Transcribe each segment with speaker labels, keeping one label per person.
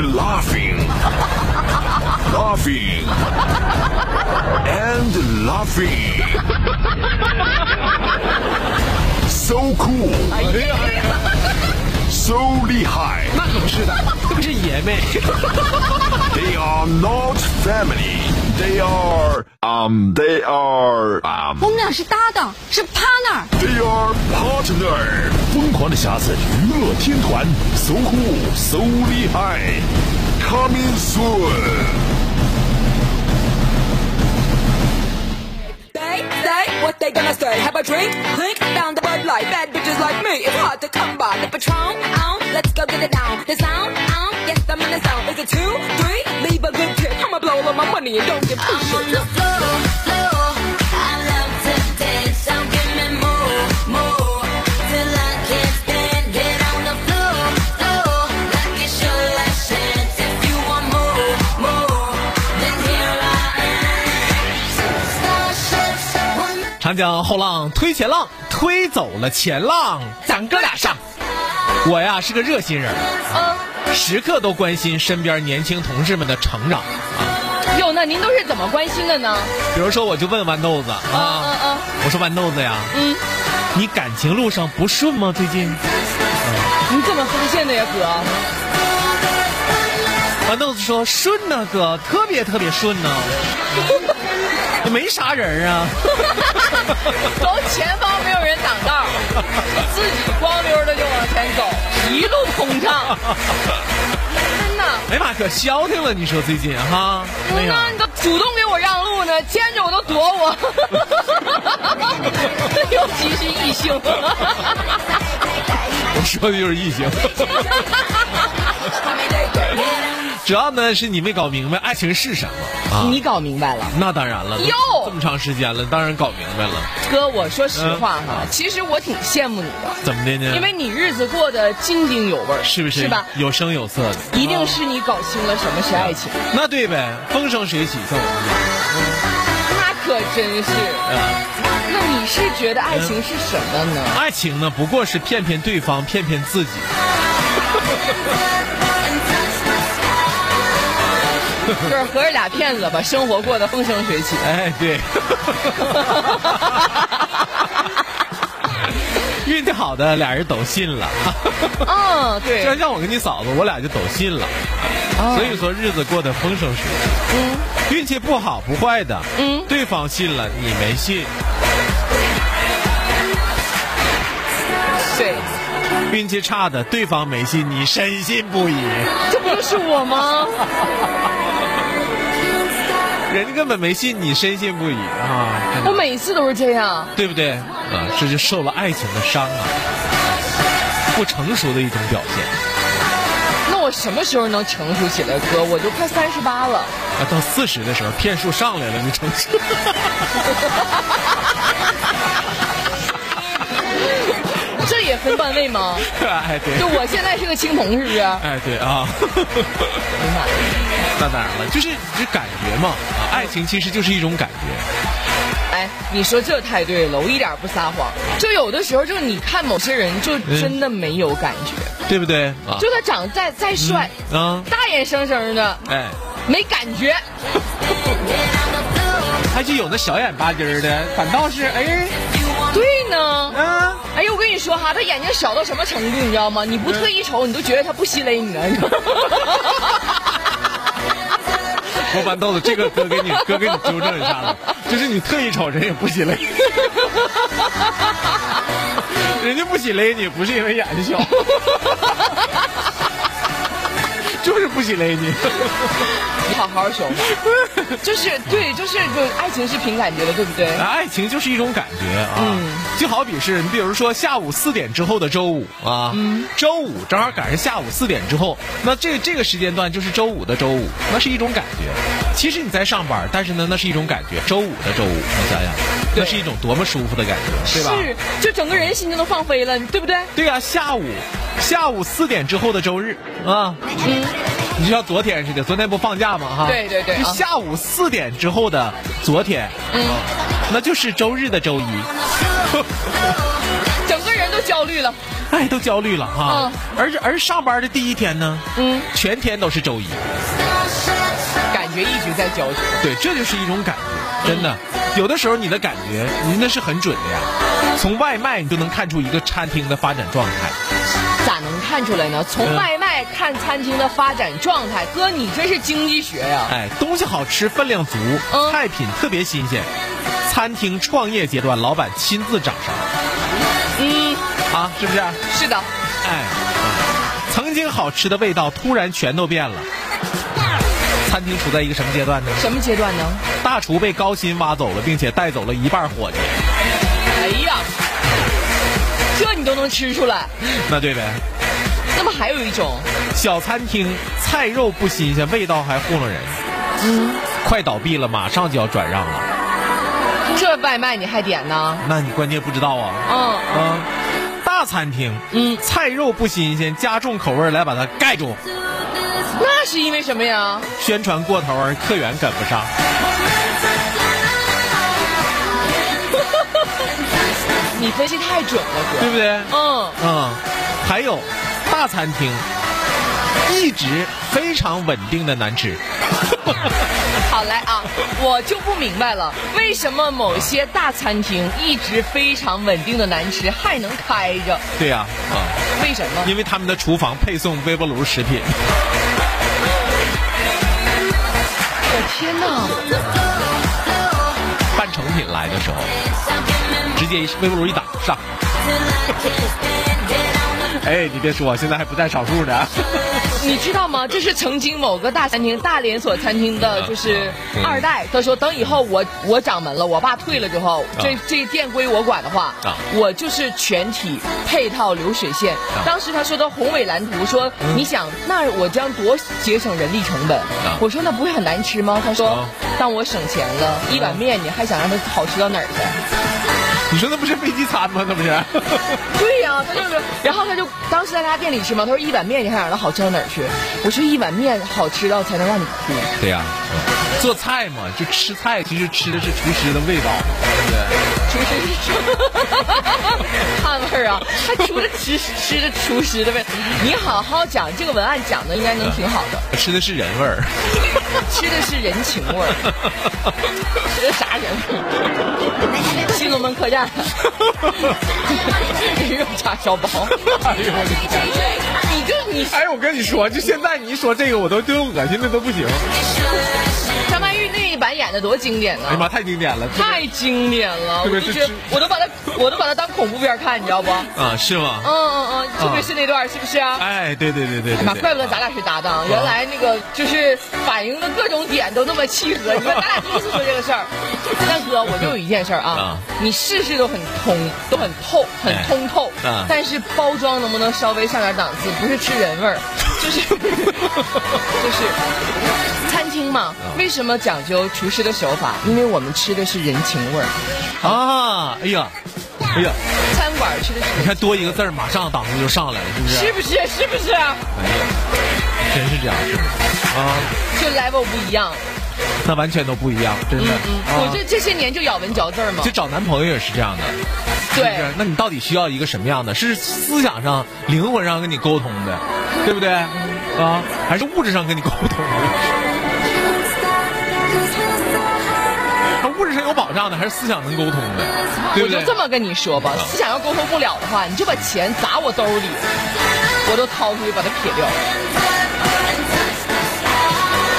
Speaker 1: laughing, laughing, and laughing. So cool, so 厉害.
Speaker 2: 那可不是的，这 不是爷们。
Speaker 1: They are not family. They are um. They are um.
Speaker 3: 我们俩是搭档，是 partner。
Speaker 1: They are partner。疯狂的匣子娱乐天团，so cool so 厉害，coming soon。
Speaker 4: They say what they gonna say. Have a drink, clink, down the Bud Light. Bad bitches like me, it's hard to come by. The Patron, on, let's go get it down. The sound, on, yes, I'm in the zone. Is it two, three? Leave a good tip. I'ma blow all my money and don't give a
Speaker 5: I'm on
Speaker 4: shit.
Speaker 5: the floor, floor. I love to dance, so give me more, more. Till I can't stand, get on the floor, floor. Like it's your last chance. If you want more, more, then here I am. Starships, one
Speaker 2: 长江后浪推前浪，推走了前浪，咱哥俩上。我呀是个热心人，时刻都关心身边年轻同事们的成长。
Speaker 6: 哟，那您都是怎么关心的呢？
Speaker 2: 比如说，我就问豌豆子啊，
Speaker 6: 嗯嗯
Speaker 2: 我说豌豆子呀，
Speaker 6: 嗯，
Speaker 2: 你感情路上不顺吗？最近？
Speaker 6: 你怎么发现的呀，哥？
Speaker 2: 豌豆子说顺呐、哥，特别特别顺呐、 没啥人啊。
Speaker 6: 从前方没有人挡道，自己光溜的就往前走，一路通畅。真的，
Speaker 2: 没嘛可消停了，你说最近哈？哎呀
Speaker 6: 那，你都主动给我让路呢，牵着我都躲我， 尤其是异性。
Speaker 2: 我说的就是异性。 主要呢是你没搞明白爱情是什么啊？
Speaker 6: 你搞明白了，
Speaker 2: 那当然了，
Speaker 6: 哟
Speaker 2: 这么长时间了，当然搞明白了。
Speaker 6: 哥，我说实话
Speaker 2: 嗯
Speaker 6: 哈，其实我挺羡慕你的，
Speaker 2: 怎么的呢？
Speaker 6: 因为你日子过得津津有味儿，
Speaker 2: 是不是嗯
Speaker 6: 是吧？
Speaker 2: 有声有色的？啊
Speaker 6: 一定是你搞清了什么是爱情，
Speaker 2: 那对呗，风生水起奏。
Speaker 6: 那可真是。
Speaker 2: 嗯
Speaker 6: 那你是觉得爱情是什么呢？
Speaker 2: 爱情呢，不过是骗骗对方，骗骗自己。嗯
Speaker 6: 就是合着俩骗子吧，生活过得风生水起。
Speaker 2: 哎， 对。运气好的，俩人都信了。
Speaker 6: 嗯，
Speaker 2: 就像
Speaker 6: 对，哦
Speaker 2: 像我跟你嫂子，我俩就都信了，所以说日子过得风生水起。运气不好不坏的，
Speaker 6: 嗯
Speaker 2: 对方信了你没信，
Speaker 6: 对，
Speaker 2: 运气差的对方没信，你深信不疑，
Speaker 6: 这不就是 我吗？
Speaker 2: 人家根本没信，你深信不疑啊，
Speaker 6: 我每次都是这样。
Speaker 2: 对不对？啊，这就受了爱情的伤啊，不成熟的一种表现
Speaker 6: 那我什么时候能成熟起来，哥？我都快三十八了。
Speaker 2: 啊。到四十的时候，骗术上来了，你成熟。
Speaker 6: 这也分段位吗？
Speaker 2: 哎，
Speaker 6: 就
Speaker 2: 对，
Speaker 6: 我现在是个青铜，是不是？
Speaker 2: 哎，对啊。那当然了，就是这感觉嘛，啊，爱情其实就是一种感觉。
Speaker 6: 哎，你说这太对了，我一点不撒谎。就有的时候，就你看某些人，就真的没有感觉，
Speaker 2: 对不对？啊，
Speaker 6: 就他长得再再帅，
Speaker 2: 啊，
Speaker 6: 大眼生生的，
Speaker 2: 哎，
Speaker 6: 没感觉。
Speaker 2: 还就有那小眼巴丁儿的，反倒是哎，
Speaker 6: 对呢，
Speaker 2: 啊，
Speaker 6: 哎呦，我跟你说哈，他眼睛小到什么程度，你知道吗？你不特意瞅，你都觉得他不吸勒你呢。你知道吗
Speaker 2: 我豌豆子，这个哥给你哥给你纠正一下了，就是你特意瞅人也不喜 勒，人家不喜勒你，不是因为眼睛小， 就是不喜勒你。
Speaker 6: 你好好熊，就是对，就是就爱情是凭感觉的，对不对？
Speaker 2: 爱情就是一种感觉啊，
Speaker 6: 嗯
Speaker 2: 就好比是你比如说下午四点之后的周五啊，
Speaker 6: 嗯
Speaker 2: 周五正好赶上下午四点之后，那这这个时间段就是周五的周五，那是一种感觉。其实你在上班，但是呢，那是一种感觉。周五的周五，你想想，那是一种多么舒服的感觉，对吧？
Speaker 6: 是，就整个人心情都放飞了，对不对？
Speaker 2: 对呀、下午下午四点之后的周日啊，你就像昨天似的，昨天不放假吗？哈，
Speaker 6: 对对对
Speaker 2: 就
Speaker 6: 啊嗯
Speaker 2: 下午四点之后的昨天，啊那就是周日的周一，
Speaker 6: 整个人都焦虑了，
Speaker 2: 哎，都焦虑了哈
Speaker 6: 嗯。
Speaker 2: 而而上班的第一天呢，
Speaker 6: 嗯，
Speaker 2: 全天都是周一，
Speaker 6: 感觉一直在焦虑。
Speaker 2: 对，这就是一种感觉，真的。有的时候你的感觉，你那是很准的呀。从外卖你就能看出一个餐厅的发展状态。
Speaker 6: 咋能看出来呢？从外卖看餐厅的发展状态，哥，你这是经济学呀、
Speaker 2: 哎，东西好吃，分量足，
Speaker 6: 嗯
Speaker 2: 菜品特别新鲜。餐厅创业阶段，老板亲自掌勺
Speaker 6: 嗯，
Speaker 2: 啊，是不是？
Speaker 6: 是的，
Speaker 2: 哎，曾经好吃的味道突然全都变了。餐厅处在一个什么阶段呢？
Speaker 6: 什么阶段呢？
Speaker 2: 大厨被高薪挖走了，并且带走了一半伙计，
Speaker 6: 哎呀，这你都能吃出来。
Speaker 2: 那对呗？
Speaker 6: 那么还有一种，
Speaker 2: 小餐厅菜肉不新鲜，味道还糊弄人。快倒闭了，马上就要转让了。
Speaker 6: 这外卖你还点呢？
Speaker 2: 那你关键不知道啊？
Speaker 6: 嗯，
Speaker 2: 啊，大餐厅，
Speaker 6: 嗯
Speaker 2: 菜肉不新鲜，加重口味来把它盖住。
Speaker 6: 那是因为什么呀？
Speaker 2: 宣传过头儿，客源赶不上。
Speaker 6: 你分析太准了，
Speaker 2: 对不对？
Speaker 6: 哥。嗯，
Speaker 2: 嗯，还有大餐厅一直非常稳定的难吃，
Speaker 6: 好来啊，我就不明白了，为什么某些大餐厅一直非常稳定的难吃还能开着？
Speaker 2: 对呀、啊，
Speaker 6: 为什么？
Speaker 2: 因为他们的厨房配送微波炉食品。
Speaker 6: 我天哪！
Speaker 2: 半成品来的时候，直接一微波炉一打上。哎，你别说，现在还不占少数呢。
Speaker 6: 你知道吗？这是曾经某个大餐厅、大连锁餐厅的，
Speaker 2: 啊
Speaker 6: 就是
Speaker 2: 嗯
Speaker 6: 二代。他说，等以后我我掌门了，我爸退了之后，这这店归我管的话
Speaker 2: 啊，
Speaker 6: 我就是全体配套流水线。
Speaker 2: 啊
Speaker 6: 当时他说的宏伟蓝图，说
Speaker 2: 嗯
Speaker 6: 你想，那我将多节省人力成本。我说那不会很难吃吗？他说
Speaker 2: 啊，嗯
Speaker 6: 当我省钱了，一碗面你还想让它好吃到哪儿去？
Speaker 2: 你说那不是飞机餐吗？那不是？
Speaker 6: 对呀、他就是， 然后他就当时在他店里吃嘛，他说一碗面你还想让它好吃到哪儿去？我说一碗面好吃到才能让你哭。
Speaker 2: 对呀、做菜嘛，就吃菜，其实吃的是厨师的味道。
Speaker 6: 厨师是 汗味儿啊！还除了吃吃的厨师的味，你好好讲这个文案讲的应该能挺好的，
Speaker 2: 吃的是人味儿。
Speaker 6: 吃的是人情味儿，吃的啥人味儿？新龙门客栈，人肉叉烧包。你就你
Speaker 2: 哎，我跟你说，就现在你一说这个，我都都恶心的都不行。
Speaker 6: 张曼玉那一版演的多经典
Speaker 2: 哎呀
Speaker 6: 啊！
Speaker 2: 妈，太经典了！
Speaker 6: 太经典了，我
Speaker 2: 特别
Speaker 6: 就是觉得
Speaker 2: 吃
Speaker 6: 我都把它我都把它当恐怖片儿看，你知道不？
Speaker 2: 啊，是吗？
Speaker 6: 嗯嗯嗯，特别是那段儿是不是啊？
Speaker 2: 哎，对对对对对
Speaker 6: 妈，
Speaker 2: 对
Speaker 6: 怪不得咱俩是搭档，原来那个就是反映的各种点都那么契合。你说咱俩第一次说这个事儿，但哥，我就有一件事儿啊
Speaker 2: 啊，
Speaker 6: 你事事都很通，都很透，很
Speaker 2: 哎
Speaker 6: 通透
Speaker 2: 啊，
Speaker 6: 但是包装能不能稍微上点档次？不是吃人味儿，就是就是餐厅
Speaker 2: 啊
Speaker 6: 嘛，为什么讲究厨师的手法？因为我们吃的是人情味儿，
Speaker 2: 啊，哎呀，哎呀，
Speaker 6: 餐馆吃的是
Speaker 2: 你
Speaker 6: 人
Speaker 2: 看多一个字儿，马上档次就上来了，是不是？啊
Speaker 6: 是不是？是不是？啊
Speaker 2: 哎呀，真是这样，是不是啊，
Speaker 6: 就 level 不一样。
Speaker 2: 那完全都不一样，真的。
Speaker 6: 嗯，我这这些年就咬文嚼字儿嘛
Speaker 2: 就。找男朋友也是这样的，是不
Speaker 6: 对
Speaker 2: 是？，那你到底需要一个什么样的？是思想上、灵魂上跟你沟通的，
Speaker 6: 嗯
Speaker 2: 对不对？啊，还是物质上跟你沟通的？那物质上有保障的，还是思想能沟通的，对
Speaker 6: 我
Speaker 2: 不
Speaker 6: 就
Speaker 2: 对？啊
Speaker 6: 这么跟你说吧，思想要沟通不了的话，你就把钱砸我兜里，我都掏出去把它撇掉。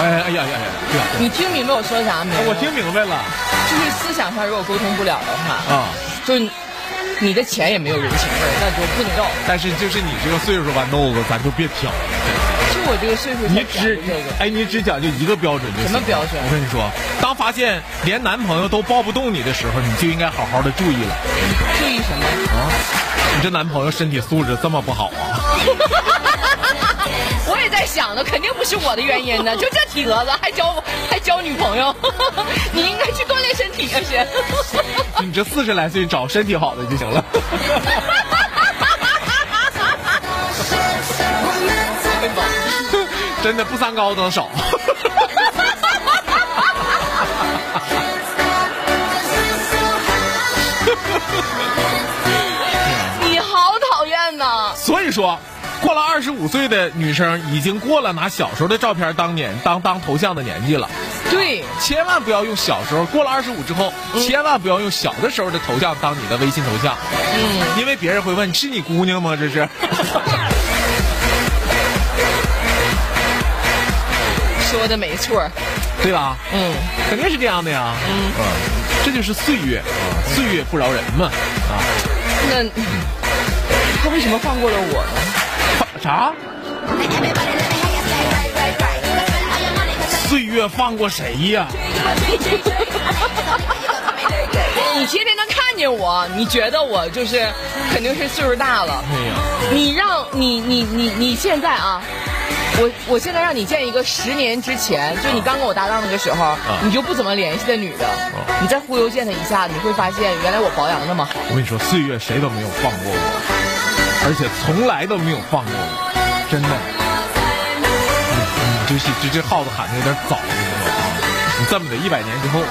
Speaker 2: 哎哎呀呀呀！对呀、对呀
Speaker 6: 你听明白我说啥没有？
Speaker 2: 啊我听明白了
Speaker 6: 就是思想上如果沟通不了的话，
Speaker 2: 啊，
Speaker 6: 就你的钱也没有人情味儿，那就不能要。
Speaker 2: 但是就是你这个岁数吧，no 咱就别挑了。
Speaker 6: 就我这个岁数
Speaker 2: 你
Speaker 6: 才讲究
Speaker 2: 只
Speaker 6: 这个。
Speaker 2: 哎，你只讲究一个标准就行。
Speaker 6: 什么标准
Speaker 2: 我跟你说，当发现连男朋友都抱不动你的时候，你就应该好好的注意了。
Speaker 6: 注意什么？
Speaker 2: 你这男朋友身体素质这么不好 啊？
Speaker 6: 我也在想呢，肯定不是我的原 因呢，就这体格子还交还交女朋友， 你应该去锻炼身体啊，是。
Speaker 2: 你这四十来岁找身体好的就行了。 真的不三高都能少。
Speaker 6: 你好讨厌呐！
Speaker 2: 所以说，过了二十五岁的女生已经过了拿小时候的照片当年当当头像的年纪了，
Speaker 6: 对，
Speaker 2: 千万不要用小时候。过了二十五之后，
Speaker 6: 嗯
Speaker 2: 千万不要用小的时候的头像当你的微信头像，
Speaker 6: 嗯
Speaker 2: 因为别人会问：是你姑娘吗？这 是。
Speaker 6: 说的没错儿。
Speaker 2: 对吧？
Speaker 6: 嗯，
Speaker 2: 肯定是这样的呀。嗯，这就是岁月，
Speaker 6: 嗯
Speaker 2: 岁月不饶人嘛。
Speaker 6: 那他为什么放过了我呢？哎
Speaker 2: 啥？岁月放过谁呀、
Speaker 6: 你天天能看见我，你觉得我就是肯定是岁数大了。
Speaker 2: 哎呀，
Speaker 6: 你让你你你你现在啊，我我现在让你见一个十年之前，就你刚跟我搭档那个时候，你就不怎么联系的女的，你再忽悠见她一下，你会发现原来我保养得那么好。
Speaker 2: 我跟你说，岁月谁都没有放过我，而且从来都没有放过我，真的。嗯你你就是这这耗子喊的有点早，你知道吗？你这么的一百年之后，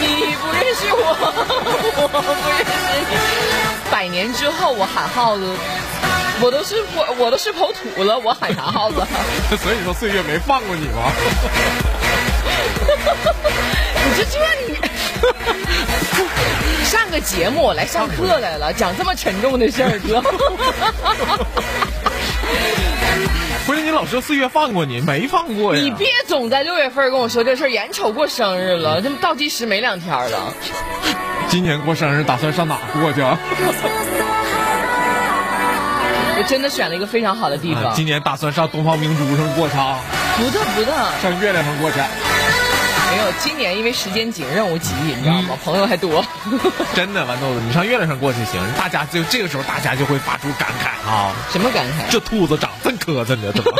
Speaker 6: 你不认识我， 我不认识你。百年之后，我喊耗子，我都是我我都是刨土了，我喊啥耗子？
Speaker 2: 所以说岁月没放过你吗？
Speaker 6: 你 就这你。上个节目我来上课来了，讲这么沉重的事儿，哥。
Speaker 2: 不是你老说岁月放过你，没放过呀。
Speaker 6: 你别总在六月份跟我说这事儿，眼瞅过生日了，这倒计时没两天了。
Speaker 2: 今年过生日打算上哪过去啊？
Speaker 6: 我真的选了一个非常好的地方，
Speaker 2: 今年打算上东方明珠上过去啊，
Speaker 6: 不的不的，
Speaker 2: 上月亮上过去。
Speaker 6: 没有。今年因为时间紧，任务急，你知道吗？朋友还多。
Speaker 2: 真的，豌豆子，你上月亮上过去行，大家就这个时候大家就会发出感慨啊，
Speaker 6: 什么感慨？
Speaker 2: 这兔子长真磕碜呢，怎么？